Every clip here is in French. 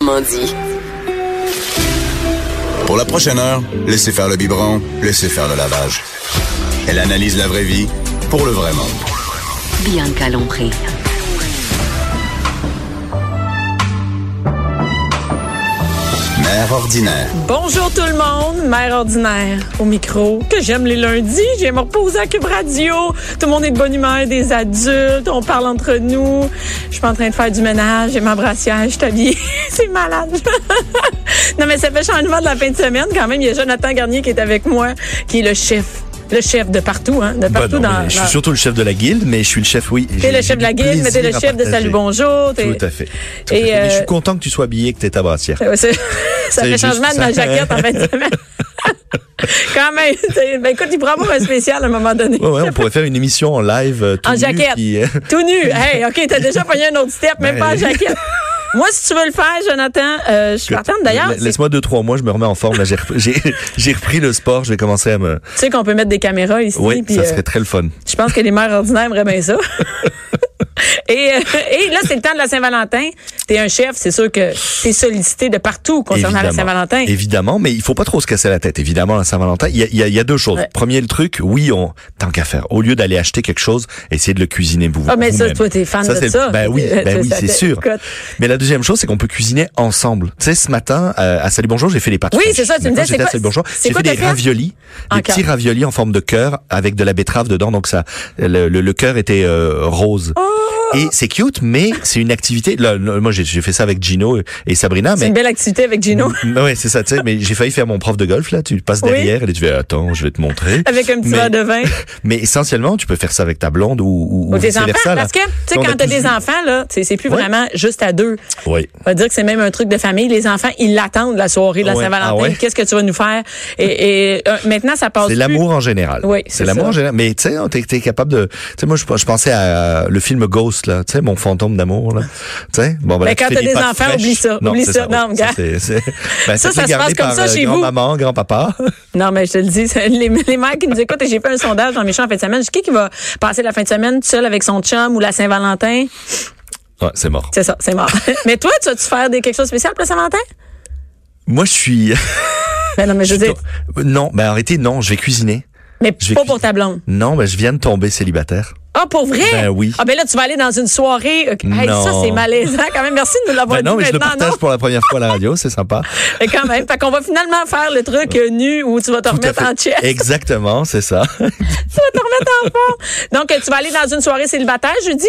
Proprement dit. Pour la prochaine heure, laissez faire le biberon, laissez faire le lavage. Elle analyse la vraie vie pour le vrai monde. Bien calompré. Mère ordinaire. Bonjour tout le monde, mère ordinaire au micro, que j'aime les lundis, j'aime me reposer à Cube Radio, tout le monde est de bonne humeur, des adultes, on parle entre nous, je suis pas en train de faire du ménage, j'ai ma brassière, je suis habillée, c'est malade. non mais ça fait changement de la fin de semaine quand même, il y a Jonathan Garnier qui est avec moi, qui est le chef, le chef de partout, hein, de Bah partout non, dans... mais Je suis dans- surtout le chef de la guilde, mais je suis le chef, oui. T'es J'ai- le j'ai chef de la du guilde, mais t'es le plaisir à chef de partager. Salut Bonjour. t'es- Tout à fait. Tout à Et, fait. Mais Je euh, suis content que tu sois habillé, que tu ta brassière. Ouais, c'est- ça C'est fait juste changement de ma ça. jaquette en fin de semaine. Quand même. t'sais, Ben écoute, il pourra avoir un spécial à un moment donné. Ouais, ouais, on pourrait faire une émission en live euh, tout en nu, jaquette. puis, euh, Tout nu. Hey, OK, t'as déjà pogné un autre step, même Ben, pas en jaquette. Moi, si tu veux le faire, Jonathan, euh, je suis partante d'ailleurs. la- c'est- Laisse-moi deux, trois mois, je me remets en forme. Là, j'ai, rep- j'ai, j'ai repris le sport, je vais commencer à me... Tu sais qu'on peut mettre des caméras ici. Oui, puis, ça euh, serait très le fun. Je pense que les mères ordinaires aimeraient bien ça. et, euh, et là, c'est le temps de la Saint-Valentin. T'es un chef, c'est sûr que t'es sollicité de partout concernant la Saint-Valentin. Évidemment, mais il faut pas trop se casser la tête. Évidemment, la Saint-Valentin, il y a, il y a- il y a deux choses. Ouais. Premier, le truc, oui, on tant qu'à faire. Au lieu d'aller acheter quelque chose, essayez de le cuisiner vous. Ah, mais ça, vous-même. toi, t'es fan de c'est- ça. Ben oui, ben Ça, oui, ça c'est te- sûr. écoute. Mais la deuxième chose, c'est qu'on peut cuisiner ensemble. Tu sais, ce matin, euh, à Salut Bonjour, j'ai fait les pâtes Oui, fraîches. c'est ça, tu me Mais quand disais, j'étais c'est à Salut quoi- Bonjour, c'est j'ai quoi fait t'as des fait? raviolis, En des petits cœur. raviolis en forme de cœur avec de la betterave dedans, donc ça, le, le- le cœur était euh, rose. Oh. Et c'est cute, mais c'est une activité. Là, là, moi, j'ai j'ai fait ça avec Gino et Sabrina, C'est mais une belle activité avec Gino. Mm, ouais, c'est ça, tu sais, mais j'ai failli faire mon prof de golf, là. Tu passes Oui. Ah, derrière et tu fais, attends, je vais te montrer. Avec un petit Mais- verre de vin. Mais essentiellement, tu peux faire ça avec ta blonde ou, ou, Ou tes enfants. vice-versa, là. Parce que, tu sais, On a quand t'as tous des vu- enfants, là, tu sais, c'est plus Ouais. vraiment juste à deux. Oui. On va dire que c'est même un truc de famille. Les enfants, ils l'attendent, la soirée de la Ouais. Saint-Valentin. Ah ouais? Qu'est-ce que tu vas nous faire? Et, et, euh, maintenant, ça passe. C'est plus. l'amour en général. Oui, c'est c'est l'amour ça. en général. Mais tu sais, hein, t'es, t'es capable de. Tu sais, moi, je, je pensais à le film Ghost là. Tu sais, mon fantôme d'amour là. Tu sais, bon, ben, Mais là, tu quand fais t'as des des pâtes enfants, fraîches. oublie ça, oublie c'est ça. Non, ça, regarde. c'est, c'est... Ça, Ben, c'est ça se passe gardé comme ça par, euh, chez vous. Grand-maman, grand-papa. Non, mais je te le dis, c'est- les, les mères qui nous écoutent, et j'ai fait un sondage dans mes champs en fin de semaine. Je dis, qui qui va passer la fin de semaine seul avec son chum ou la Saint-Valentin? ouais, c'est mort. C'est ça, c'est mort. mais toi, tu vas-tu faire des, quelque chose de spécial pour la Saint-Valentin? Moi, je suis. Ben non, mais je veux dire, non, ben arrêtez. Non, je vais cuisiner. mais je vais pas pour cuisiner. ta blonde. Non, ben je viens de tomber célibataire. Ah, pour vrai? Ben oui. Ah, ben là, tu vas aller dans une soirée. Ok. Hey, Non. ça, c'est malaisant quand même. Merci de nous l'avoir Ben dit non, mais je le maintenant. partage non? pour la première fois à la radio, c'est sympa. Mais quand même. Fait qu'on va finalement faire le truc euh, nu où tu vas te Tout à remettre en fait. chest. Exactement, c'est ça. tu vas te remettre en forme. Donc, euh, tu vas aller dans une soirée célibataire jeudi?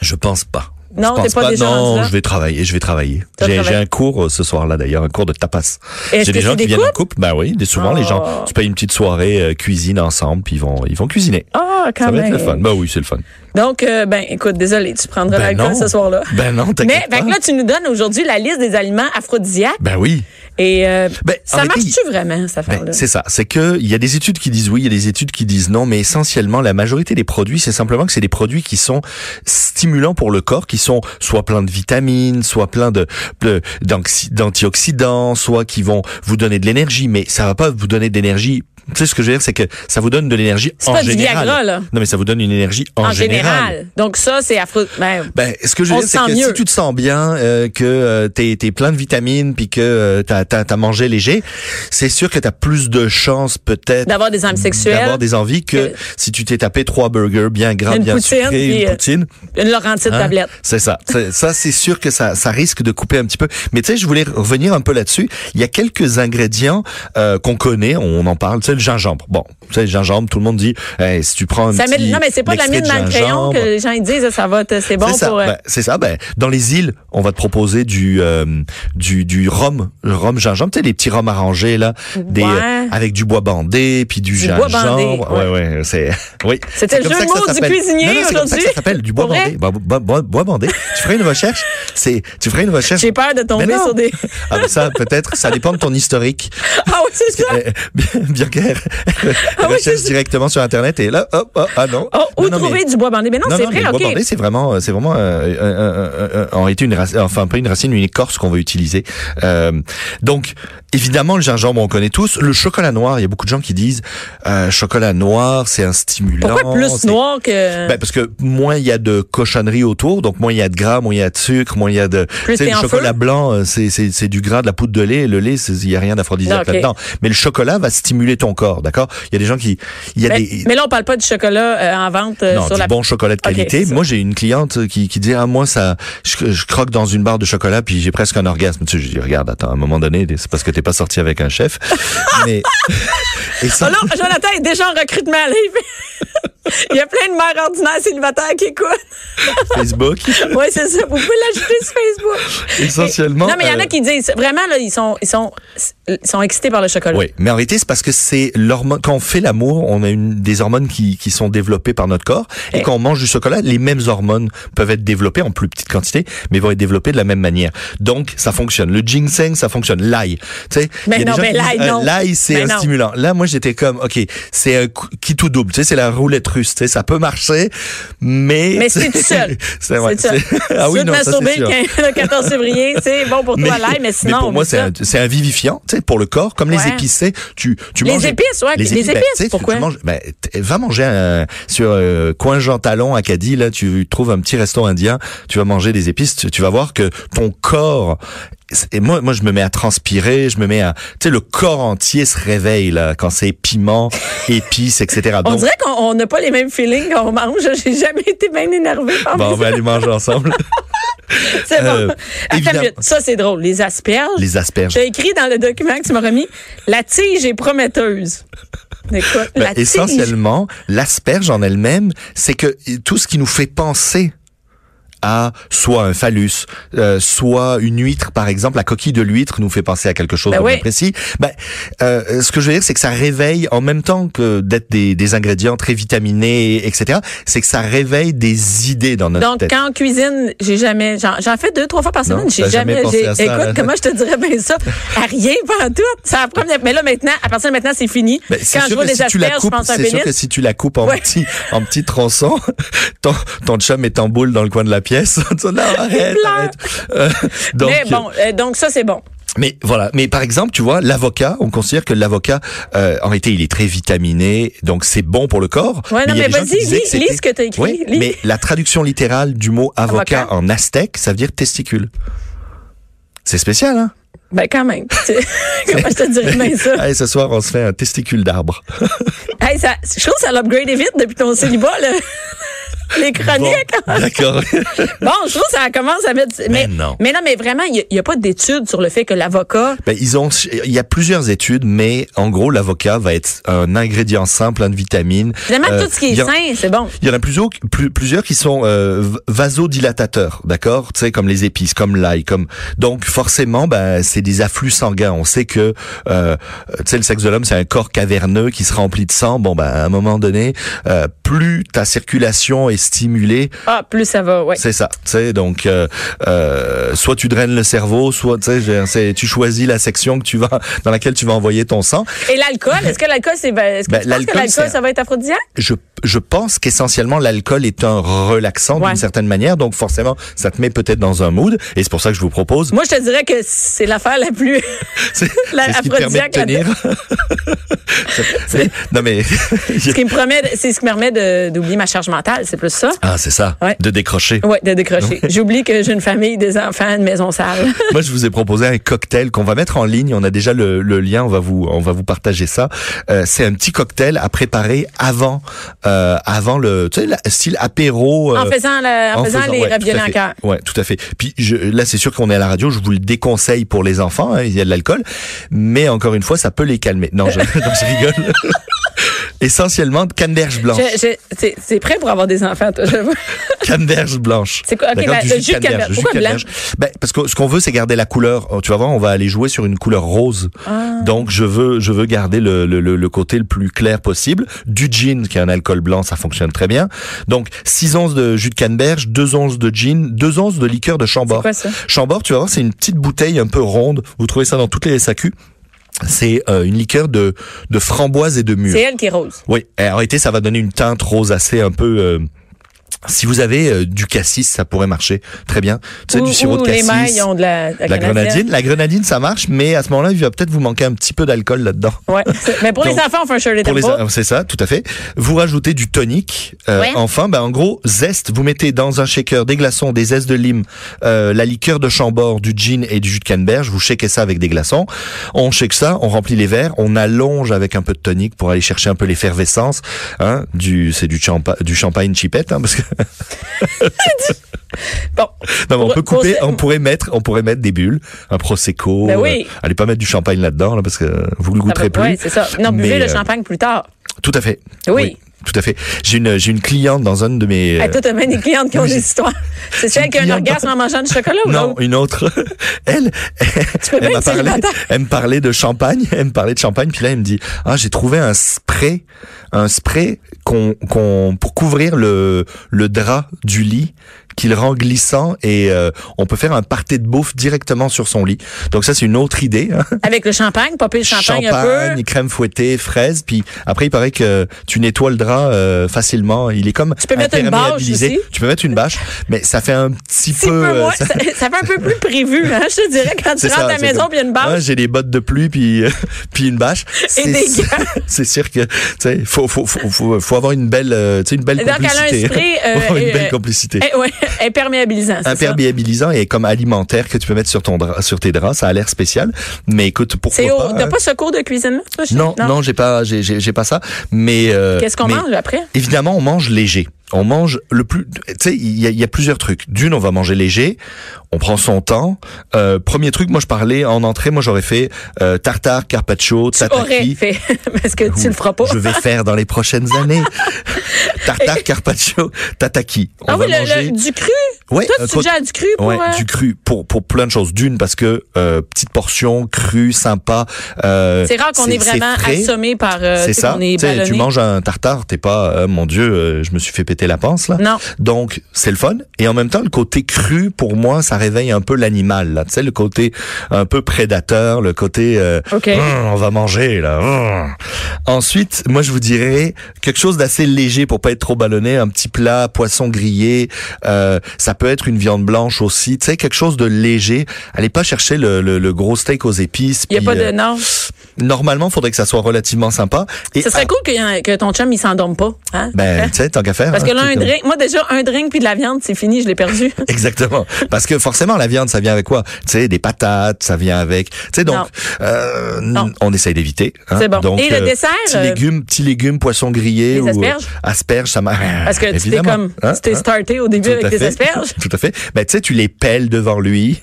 Je pense pas. Non, Je pense t'es pas déjà rendu Non, là? je vais travailler, je vais travailler. Tu vas J'ai travailler. j'ai un cours euh, ce soir-là d'ailleurs, un cours de tapas. Et est-ce J'ai que des gens c'est qui des Oh. viennent en couple. Ben oui, des- souvent les gens, tu payes une petite soirée euh, cuisine ensemble, puis ils vont ils vont cuisiner. Ah, quand ça va même. être le fun. Ben oui, c'est le fun. Donc, euh, ben, écoute, désolé, tu prendras Ben l'alcool non. ce soir-là. Ben non, Mais, t'inquiète fait que pas. là, tu nous donnes aujourd'hui la liste des aliments aphrodisiaques. Ben oui. Et, euh, Ben, en ça été, marche-tu vraiment, cette Ben, affaire-là? c'est ça. C'est que il y a des études qui disent oui, il y a des études qui disent non, mais essentiellement la majorité des produits, c'est simplement que c'est des produits qui sont stimulants pour le corps, qui sont soit pleins de vitamines, soit pleins de de- d'anxi- d'antioxydants, soit qui vont vous donner de l'énergie, mais ça va pas vous donner d'énergie. Tu sais ce que je veux dire, c'est que ça vous donne de l'énergie C'est en pas du général. Viagra, là. Non, mais ça vous donne une énergie en, en général. Donc, ça, c'est aphro... Ben, Ben, ce que je On veux dire, se c'est sent que mieux. si tu te sens bien, euh, que euh, t'es t'es plein de vitamines, puis que euh, t'as t'as t'as mangé léger, c'est sûr que t'as plus de chances peut-être D'avoir des âmes sexuelles. d'avoir des envies que Que- si tu t'es tapé trois burgers bien gras, Une bien poutine, sucrés, puis, une euh, poutine. une Laurentide hein, tablette. C'est ça. C'est- Ça, c'est sûr que ça, ça risque de couper un petit peu. Mais tu sais, je voulais revenir un peu là-dessus. Il y a quelques ingrédients euh, qu'on connaît, on en parle. Tu sais, le gingembre. Bon, tu sais, le gingembre, tout le monde dit, eh, si tu prends un Ça met... petit Non, mais c'est pas de la extrait mine dans le crayon gingembre, que les gens ils disent, ça va, te- c'est bon c'est ça. pour... euh, Ben, c'est ça. Ben, dans les îles, on va te proposer du euh, du du rhum, le rhum gingembre, tu sais les petits rhums arrangés là, des Ouais. euh, avec du bois bandé puis du, Du bois gingembre. bandé, ouais ouais, c'est oui. C'était C'est le comme jeu ça de que ça mots du s'appelle. cuisinier Non, non, c'est comme ça que aujourd'hui. ça s'appelle du bois Pour vrai? bandé. Bah, bah, bois, bois bandé. tu ferais une recherche, c'est tu ferais une recherche. J'ai peur de tomber Mais non. sur des... Ah, mais ça peut-être ça dépend de ton historique. Ah oui, c'est ça! Euh, bien, bien que Ah oui, c'est recherche ça. directement sur Internet et là, hop, ah, ah non. Oh, non, où non, mais- trouver du bois bandé? Mais non, non, c'est non, mais vrai, le bois OK. bandé, c'est vraiment, c'est vraiment euh, euh, euh, euh, en réalité une racine, enfin pas une racine, une écorce qu'on veut utiliser. Euh, donc, évidemment, le gingembre, on connaît tous. Le chocolat noir, il y a beaucoup de gens qui disent euh, chocolat noir, c'est un stimulant. Pourquoi plus c'est- noir que... ben, parce que moins il y a de cochonneries autour, donc moins il y a de gras, moins il y a de sucre, moins il y a de. Tu sais, t'es le en chocolat feu. blanc, euh, c'est c'est c'est du gras, de la poudre de lait. Le lait, c'est- il y a rien d'aphrodisiaque Ah, ok. là-dedans. Mais le chocolat va stimuler ton corps, d'accord Il y a des gens qui, il y a mais, des Ben, mais là, on parle pas du chocolat euh, en vente euh, non, sur du la... bon chocolat de Ok, qualité. c'est ça. moi, j'ai une cliente qui, qui dit, ah, moi, ça, je, je croque dans une barre de chocolat, puis j'ai presque un orgasme. Tu sais, je dis, regarde, attends, à un moment donné, c'est parce que t'es pas sorti avec un chef. mais, et Oh ça, non, Jonathan est déjà en recrutement. là, il fait- Il y a plein de mères ordinaires célibataires qui écoutent. Facebook, Oui, c'est ça. Vous pouvez l'ajouter sur Facebook. essentiellement. Non, mais il y en euh, a qui disent, vraiment, là, ils sont, ils sont, ils sont excités par le chocolat. Oui, mais en réalité, c'est parce que c'est l'hormone. Quand on fait l'amour, on a une des hormones qui, qui sont développées par notre corps, et Eh. quand on mange du chocolat, les mêmes hormones peuvent être développées en plus petite quantité, mais vont être développées de la même manière. Donc, ça fonctionne. Le ginseng, ça fonctionne. L'ail, tu sais. Mais il y a des non, gens mais qui disent, l'ail, euh, non. L'ail, c'est Mais un non. stimulant. Là, moi, j'étais comme, ok, c'est un coup- qui tout double, tu sais, c'est la roulette russe, tu sais, ça peut marcher, mais. Mais c'est tout seul. c'est ouais, ça. c'est- Ah oui, Ceux de non, ça masturber c'est sûr. le 15 le 14 février, c'est bon pour toi, l'ail, mais sinon. pour moi, oublie c'est ça. un, c'est un vivifiant, tu sais, pour le corps, comme les Ouais. épices. tu sais, Tu, tu Les manges épices, ouais, Ah, les ben, épices, tu sais, tu- pourquoi? tu manges- ben, t- va manger un- sur euh, coin Jean Talon à Cadix, là, tu trouves un petit resto indien, tu vas manger des épices, tu, tu vas voir que ton corps c'est- et moi, moi, je me mets à transpirer, je me mets à, tu sais, le corps entier se réveille là quand c'est piment, épices, etc. On Donc, dirait qu'on on n'a pas les mêmes feelings quand on mange. J'ai jamais été bien énervée par bon, on va aller manger ensemble. C'est bon. euh, Attends une évidemment. minute. Ça, c'est drôle. Les asperges. les asperges. J'ai écrit dans le document que tu m'as remis, la tige est prometteuse. Mais quoi? Ben, la tige. essentiellement, l'asperge en elle-même, c'est que tout ce qui nous fait penser à soit un phallus, euh, soit une huître, par exemple, la coquille de l'huître nous fait penser à quelque chose Ben de bien oui. précis. Ben, euh, ce que je veux dire, c'est que ça réveille, en même temps que d'être des, des ingrédients très vitaminés, etc., c'est que ça réveille des idées dans notre Donc, tête. quand en cuisine, j'ai jamais, j'en j'en fais deux, trois fois par Non, semaine, j'ai t'as jamais jamais, pensé j'ai- à ça, écoute, là. comment je te dirais bien ça? À rien, pas en tout. C'est la première, mais là, maintenant, à partir de maintenant, c'est fini. Ben, c'est quand je sûr vois que des si tu la asperges, je coupes, pense à un c'est sûr que pénis. si tu la coupes en Ouais. petits, en petits tronçons, ton, ton chum est en boule dans le coin de la pièce. non, arrête, pleure. arrête. Euh, donc, mais bon, euh, donc ça, c'est bon. Mais voilà, mais par exemple, tu vois, l'avocat, on considère que l'avocat, euh, en réalité, il est très vitaminé, donc c'est bon pour le corps. Ouais, non, il y mais a des gens qui vas-y, disaient lis- que c'était- lis ce que t'as écrit, Oui, lis. mais la traduction littérale du mot avocat, Avocat. en aztèque, ça veut dire testicule. C'est spécial, hein Ben, quand même. C'est- comment je te dirais bien ça? Allez, ce soir, on se fait un testicule d'arbre. Hey, ça, je trouve que ça l'upgrade vite depuis ton célibat, là. Les Bon, chroniques. D'accord. Bon. je trouve que ça commence à mettre. Mais Ben non. Mais non, mais vraiment, il n'y a, pas d'études sur le fait que l'avocat. Ben, ils ont, il y a plusieurs études, mais en gros, l'avocat va être un ingrédient sain, plein de vitamines. Finalement, Euh, tout ce qui il y est a- sain, c'est bon. Il y en a plusieurs, plus- plusieurs qui sont euh, v- vasodilatateurs, d'accord Tu sais, comme les épices, comme l'ail, comme... Donc, forcément, ben, c'est des afflux sanguins. On sait que, euh, tu sais, le sexe de l'homme, c'est un corps caverneux qui se remplit de sang. Bon, ben, à un moment donné, euh, plus ta circulation est stimulée, Ah, plus ça va, ouais. c'est ça. Tu sais, donc, euh, euh, soit tu draines le cerveau, soit, tu sais, j'ai- c'est- tu choisis la section que tu vas, dans laquelle tu vas envoyer ton sang. Et l'alcool, est-ce que l'alcool, c'est. ben, Est-ce que Ben, tu penses que l'alcool, c'est- l'alcool, ça va être aphrodisiaque? je, je pense qu'essentiellement l'alcool est un relaxant Ouais. d'une certaine manière, donc forcément ça te met peut-être dans un mood, et c'est pour ça que je vous propose. Moi, je te dirais que c'est l'affaire la plus. C'est La- c'est ce qui te permet de aphrodisiaque, la- tenir. C'est- c'est- non mais ce qui me promet, de- c'est ce qui me permet de- d'oublier ma charge mentale, c'est plus ça. ah c'est ça, Ouais. de décrocher. Ouais, de décrocher. J'oublie que j'ai une famille, des enfants, une maison sale. Moi je vous ai proposé un cocktail qu'on va mettre en ligne. On a déjà le, le lien, on va vous on va vous partager ça. Euh, c'est un petit cocktail à préparer avant euh, avant le tu sais la- style apéro. euh, en faisant, la- en faisant les ouais, raviolis tout à en fait. cœur. Ouais, tout à fait. Puis je, là, c'est sûr qu'on est à la radio, je vous le déconseille pour les enfants, hein, il y a de l'alcool, mais encore une fois, ça peut les calmer. Non, je, non, je rigole. Essentiellement de canneberge blanche. Je- je- C'est c'est prêt pour avoir des enfants, toi, je vois. Canneberge blanche. C'est quoi? Ok, D'accord, la- du le jus de canneberge. le jus de Pourquoi canneberge. Ben, parce que ce qu'on veut, c'est garder la couleur. Oh, Tu vas voir, on va aller jouer sur une couleur rose. Ah. Donc, je veux, je veux garder le, le, le, le côté le plus clair possible. Du gin, qui est un alcool blanc, ça fonctionne très bien. Donc, 6 onces de jus de canneberge, 2 onces de gin, 2 onces de liqueur de chambord. C'est quoi ça? Chambord, tu vas voir, c'est une petite bouteille un peu ronde. Vous trouvez ça dans toutes les SAQ. C'est euh, une liqueur de, de framboise et de mûre. C'est elle qui est rose. Oui, et en réalité, ça va donner une teinte rosacée un peu... euh, si vous avez euh, du cassis, ça pourrait marcher très bien. Tu sais, Ou- du sirop ou de les cassis, mailles ont de la, de la la canadienne. grenadine. La grenadine, ça marche, mais à ce moment-là, il va peut-être vous manquer un petit peu d'alcool là-dedans. Ouais. C'est- Mais pour les Donc, enfants, on fait un Shirley Pour les, Temple. c'est ça, tout à fait. Vous rajoutez du tonic. Euh, Ouais. Enfin, ben en gros, zeste. Vous mettez dans un shaker des glaçons, des zestes de lime, euh, la liqueur de chambord, du gin et du jus de canneberge. Vous shakez ça avec des glaçons. On shake ça, on remplit les verres, on allonge avec un peu de tonic pour aller chercher un peu l'effervescence. Hein, du, c'est du, champa- du champagne chipette, hein, parce que Bon. non, mais on Pour- peut couper. pour- On pourrait mettre, on pourrait mettre des bulles, un prosecco. Ben oui. euh, allez pas mettre du champagne là-dedans, là, parce que vous le Ça goûterez peut- plus. ouais, c'est ça. Non, buvez Mais, le euh, champagne plus tard. Tout à fait. Oui. tout à fait. J'ai une, j'ai une cliente dans un de mes. Hey, toi, t'as même des clientes qui ont euh, oui, des j'ai- histoires. C'est celle une qui a un cliente- orgasme en mangeant du chocolat ou non, une autre. Elle, peux pas elle m'a être parlé, célibataire. elle me parlait de champagne, elle me parlait de champagne, puis là elle me dit "Ah, j'ai trouvé un spray, un spray qu'on qu'on pour couvrir le le drap du lit." qu'il rend glissant et euh, on peut faire un party de bouffe directement sur son lit. Donc ça c'est une autre idée. hein. Avec le champagne, popper le champagne, un peu. Champagne, crème fouettée, fraises. Puis après, il paraît que tu nettoies le drap euh, facilement. Il est comme Tu peux mettre une bâche imperméabilisé. aussi. Tu peux mettre une bâche, mais ça fait un petit Petit peu. peu euh, moins. ça- ça, ça fait un peu plus prévu, hein, je te dirais, quand tu c'est rentres ça, à la c'est maison comme, puis il y a une barre. Ouais, j'ai des bottes de pluie puis euh, puis une bâche. C'est des sûr- gants. C'est sûr que tu sais, faut faut faut faut, faut avoir une belle euh, tu sais une belle Donc, elle a un complicité. esprit, euh, Faut avoir une euh, belle complicité. Eh, ouais, imperméabilisant, c'est ça. Imperméabilisant et comme alimentaire que tu peux mettre sur ton drap, sur tes draps, ça a l'air spécial. Mais écoute, pourquoi C'est au, pas, t'as hein? pas ce cours de cuisine-là? toi, chez- Non, non, j'ai pas, j'ai, j'ai, j'ai pas ça. Mais euh, Qu'est-ce qu'on mais mange après? Évidemment, on mange léger. On mange le plus. Tu sais, il y a, il y a plusieurs trucs. D'une, on va manger léger. On prend son temps. Euh, premier truc, moi je parlais en entrée, moi j'aurais fait euh, tartare, carpaccio, Aurais tataki. fait. Parce que tu le feras pas. Je vais faire dans les prochaines années. tartare, carpaccio, tataki. On Ah oui, va le- manger. le- du cru. Ouais, Toi, un tu côté- suggères du cru pour. Ouais, euh, du cru pour pour plein de choses. D'une parce que euh, petite portion, cru, sympa. euh, C'est rare qu'on est, c'est- c'est vraiment frais. assommé par. euh, C'est tu sais, ça. qu'on est Tu sais, ballonné. tu manges un tartare, t'es pas, euh, mon Dieu, euh, je me suis fait péter la panse là. Non. Donc c'est le fun et en même temps le côté cru pour moi ça réveille un peu l'animal là. Tu sais le côté un peu prédateur, le côté euh, OK. Hum, on va manger là. hum. Ensuite, moi je vous dirais quelque chose d'assez léger pour pas être trop ballonné, un petit plat poisson grillé, euh, ça peut être une viande blanche aussi, tu sais quelque chose de léger. Allez pas chercher le, le- le gros steak aux épices. Il n'y a puis, pas de. euh, Non. Normalement, faudrait que ça soit relativement sympa. Et ah. Ce serait cool qu'il y en- que ton chum, il s'endorme pas. Hein? ben, tu sais, tant qu'à faire. Parce que hein, là, t'es un comme- Ah, drink. Moi, déjà, un drink puis de la viande, c'est fini, je l'ai perdu. Exactement. Parce que forcément, la viande, ça vient avec quoi Tu sais, des patates, ça vient avec. Tu sais, Non. donc, euh, Non. on essaye d'éviter. hein. C'est bon. Donc, Et le dessert, Petits euh, légumes, petits légumes, poissons grillés. les ou, euh, asperges? Asperges, ça marche. Parce que tu t'es Évidemment. comme. Hein, tu t'es hein, starté au début tout à avec des fait. asperges. Tout à fait. Ben, tu sais, tu les pelles devant lui.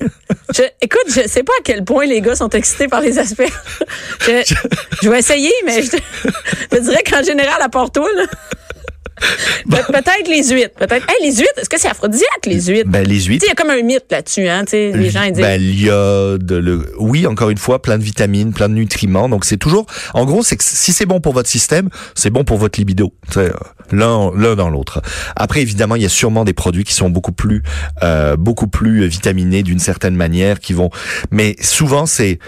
Je- écoute, je sais pas à quel point les gars sont excités par les asperges. Je, je vais essayer, mais je, te- je te dirais qu'en général, à part toi, là. Pe- Peut-être les huîtres. Peut-être. Hey, les huîtres, est-ce que c'est aphrodisiaque, les huîtres? Ben, les Tu huîtres. sais, il y a comme un mythe là-dessus, hein. tu sais, les gens, ils disent. Ben, l'iode, le, oui, encore une fois, plein de vitamines, plein de nutriments. Donc, c'est toujours, en gros, c'est que si c'est bon pour votre système, c'est bon pour votre libido. Tu sais, euh, L'un, l'un dans l'autre. Après, évidemment, il y a sûrement des produits qui sont beaucoup plus, euh, beaucoup plus vitaminés d'une certaine manière, qui vont, mais souvent, c'est,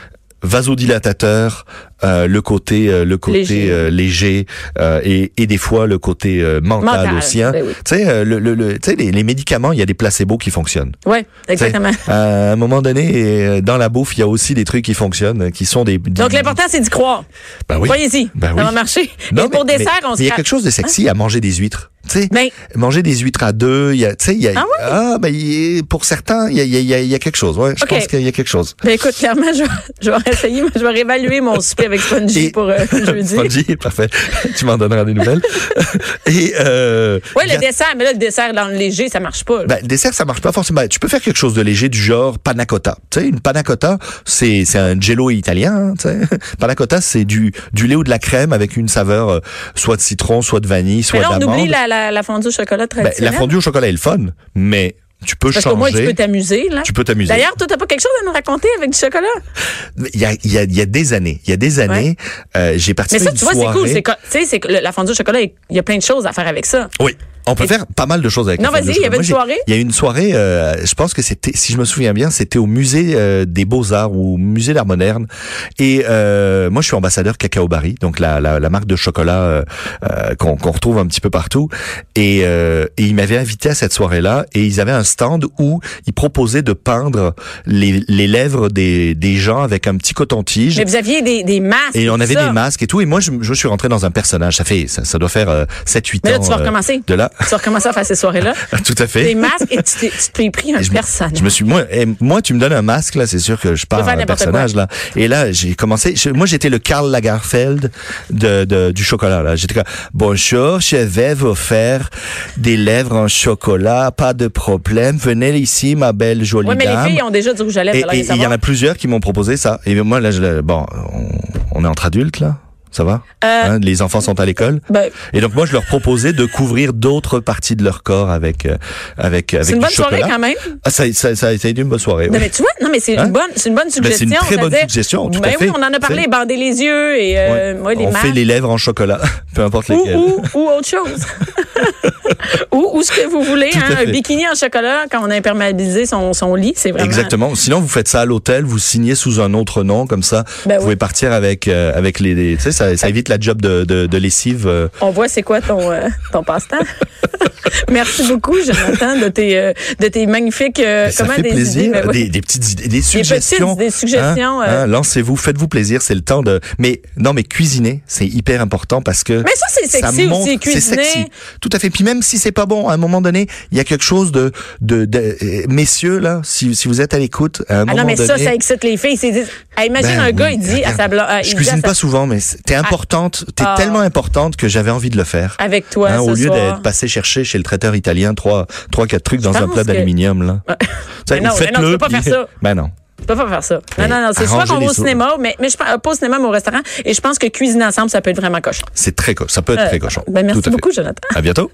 vasodilatateur, euh, le côté euh, le côté Léger. euh, léger, euh, et, et des fois le côté euh, mental, Mental, aussi. hein. ben oui. Tu sais, euh, le, le, le- tu sais, les- les médicaments, il y a des placebos qui fonctionnent. ouais, exactement. T'sais, Euh, À un moment donné, euh, dans la bouffe, il y a aussi des trucs qui fonctionnent, euh, qui sont des. des- Donc, l'important, c'est d'y croire. Ben oui. Voyez-y. Ben oui. Ça va marcher. Non, Et pour mais- dessert, mais- on ben, se mais Il y a craque. quelque chose de sexy à manger des huîtres. Tu sais, Mais- manger des huîtres à deux, il y a, tu sais, il y a, Ah oui? ben, il y a- pour certains, il y a, il y a- il y a- il y a quelque chose. Ouais, je Ok. pense qu'il y a quelque chose. Ben écoute, clairement, je, vais- je vais essayer, mais je vais réévaluer mon souper avec Spongy Et- pour euh, jeudi. Spongy, parfait. tu m'en donneras des nouvelles. Et euh, Ouais, le gâteau- dessert, mais là, le dessert dans le léger, ça marche pas. là. Ben, dessert, ça marche pas forcément. Ben, Tu peux faire quelque chose de léger du genre panna cotta. Tu sais, une panna cotta, c'est c'est un jello italien. Hein, tu sais. panna cotta, c'est du du lait ou de la crème avec une saveur euh, soit de citron, soit de vanille, soit mais là, on oublie d'amande. la, la, la fondue au chocolat Ben, traditionnelle. la fondue au chocolat est le fun, mais tu peux Parce changer. qu'au moins, tu peux t'amuser, là. Tu peux t'amuser. D'ailleurs, toi, t'as pas quelque chose à nous raconter avec du chocolat? il y a, il y, a, il y a des années, il y a des années, euh, j'ai Mais participé ça, à une tu vois, c'est cool. soirée- C'est co- Tu sais, c'est que le- la fondue au chocolat, il y a plein de choses à faire avec ça. Oui. On peut faire pas mal de choses avec Non, la famille vas-y, Lechaud. il y avait Moi, une j'ai- soirée? Il y a eu une soirée, euh, je pense que c'était, si je me souviens bien, c'était au musée euh, des Beaux-Arts ou au musée d'art moderne. Et euh, moi, je suis ambassadeur Cacao Barry, donc la, la, la marque de chocolat euh, euh, qu'on qu'on retrouve un petit peu partout. Et, euh, et ils m'avaient invité à cette soirée-là et ils avaient un stand où ils proposaient de peindre les, les lèvres des, des gens avec un petit coton-tige. Mais vous aviez des, des masques. Et on avait tout ça. des masques et tout. Et moi, je, je suis rentré dans un personnage. Ça fait, ça, ça doit faire 7-8 ans. Mais là, tu vas euh, recommencer. de là, Tu vas recommencer à faire ces soirées-là. Ah, tout à fait. Des masques et tu t'es- tu t'es pris un Et je me- personnage. Je me suis moi, eh, moi tu me donnes un masque là, c'est sûr que je pars faire un n'importe personnage là. Et là, j'ai commencé. je- moi, j'étais le Karl Lagerfeld de, de- du chocolat là. J'étais comme bonjour, je vais vous faire des lèvres en chocolat, pas de problème. Venez ici, ma belle jolie Oui, mais dame. les filles ont déjà du rouge à lèvres. et alors et- les et il y en a plusieurs qui m'ont proposé ça. Et moi là, je, le- bon, on, on est entre adultes là. Ça va Euh, Hein, Les enfants sont à l'école. Ben- et donc moi, je leur proposais de couvrir d'autres parties de leur corps avec euh, avec avec C'est une du bonne soirée chocolat. quand même. Ah, ça, ça, ça a été une bonne soirée. Non, oui. mais tu vois, non, mais c'est Hein? une bonne, c'est une bonne une suggestion. très bonne c'est-à-dire- suggestion, tout ben à oui, fait. on en a parlé, C'est- bander les yeux et, euh, Ouais. moi, les On mains. fait les lèvres en chocolat, peu importe Ou, lesquelles. ou, ou autre chose. ou, ou ce que vous voulez, Tout à hein, un fait. bikini en chocolat quand on a imperméabilisé son, son lit, c'est vraiment. Exactement. Sinon, vous faites ça à l'hôtel, vous signez sous un autre nom, comme Ben ça, vous oui. pouvez partir avec euh, avec les, les- tu sais, ça, ça évite la job de, de, de lessive. euh. On voit c'est quoi ton, euh, ton passe-temps. Merci beaucoup, Jonathan, de tes, euh, de tes magnifiques. euh, Ben, ça comment fait des plaisir, idées, ben oui. des, des petites idées, des suggestions. petites, des suggestions, Hein, euh. hein, Lancez-vous, faites-vous plaisir, c'est le temps de. Mais non, mais cuisiner, c'est hyper important parce que. Mais ça, c'est ça sexy montre- aussi, c'est cuisiner. Ah sexy. Tout à fait. Puis même si c'est pas bon, à un moment donné, il y a quelque chose de, de, de- euh, messieurs là, si, si vous êtes à l'écoute, à un Ah moment non, mais donné. ça, ça excite les filles. C'est- c'est- Ah, imagine ben un gars, oui, il dit à regarde, sa blonde. euh, il Je dit à cuisine sa- pas souvent, mais c'est- t'es importante, t'es Ah. tellement importante que j'avais envie de le faire. Avec toi, Hein, ce au lieu soir. d'être passé chercher chez le traiteur italien trois, trois, quatre trucs dans un pense plat que- d'aluminium là. Tu sais, Mais non, mais ou non, faites-le, tu peux pas puis- faire ça. Ben non. Tu peux pas faire ça. Mais Non, non, non. C'est soit arranger qu'on les va au sou- cinéma, mais, mais je pense- euh, pas au cinéma, mais au restaurant. Et je pense que cuisiner ensemble, ça peut être vraiment cochon. C'est très cochon. Ça peut être très cochon. Ben, merci Tout à fait. beaucoup, Jonathan. À bientôt.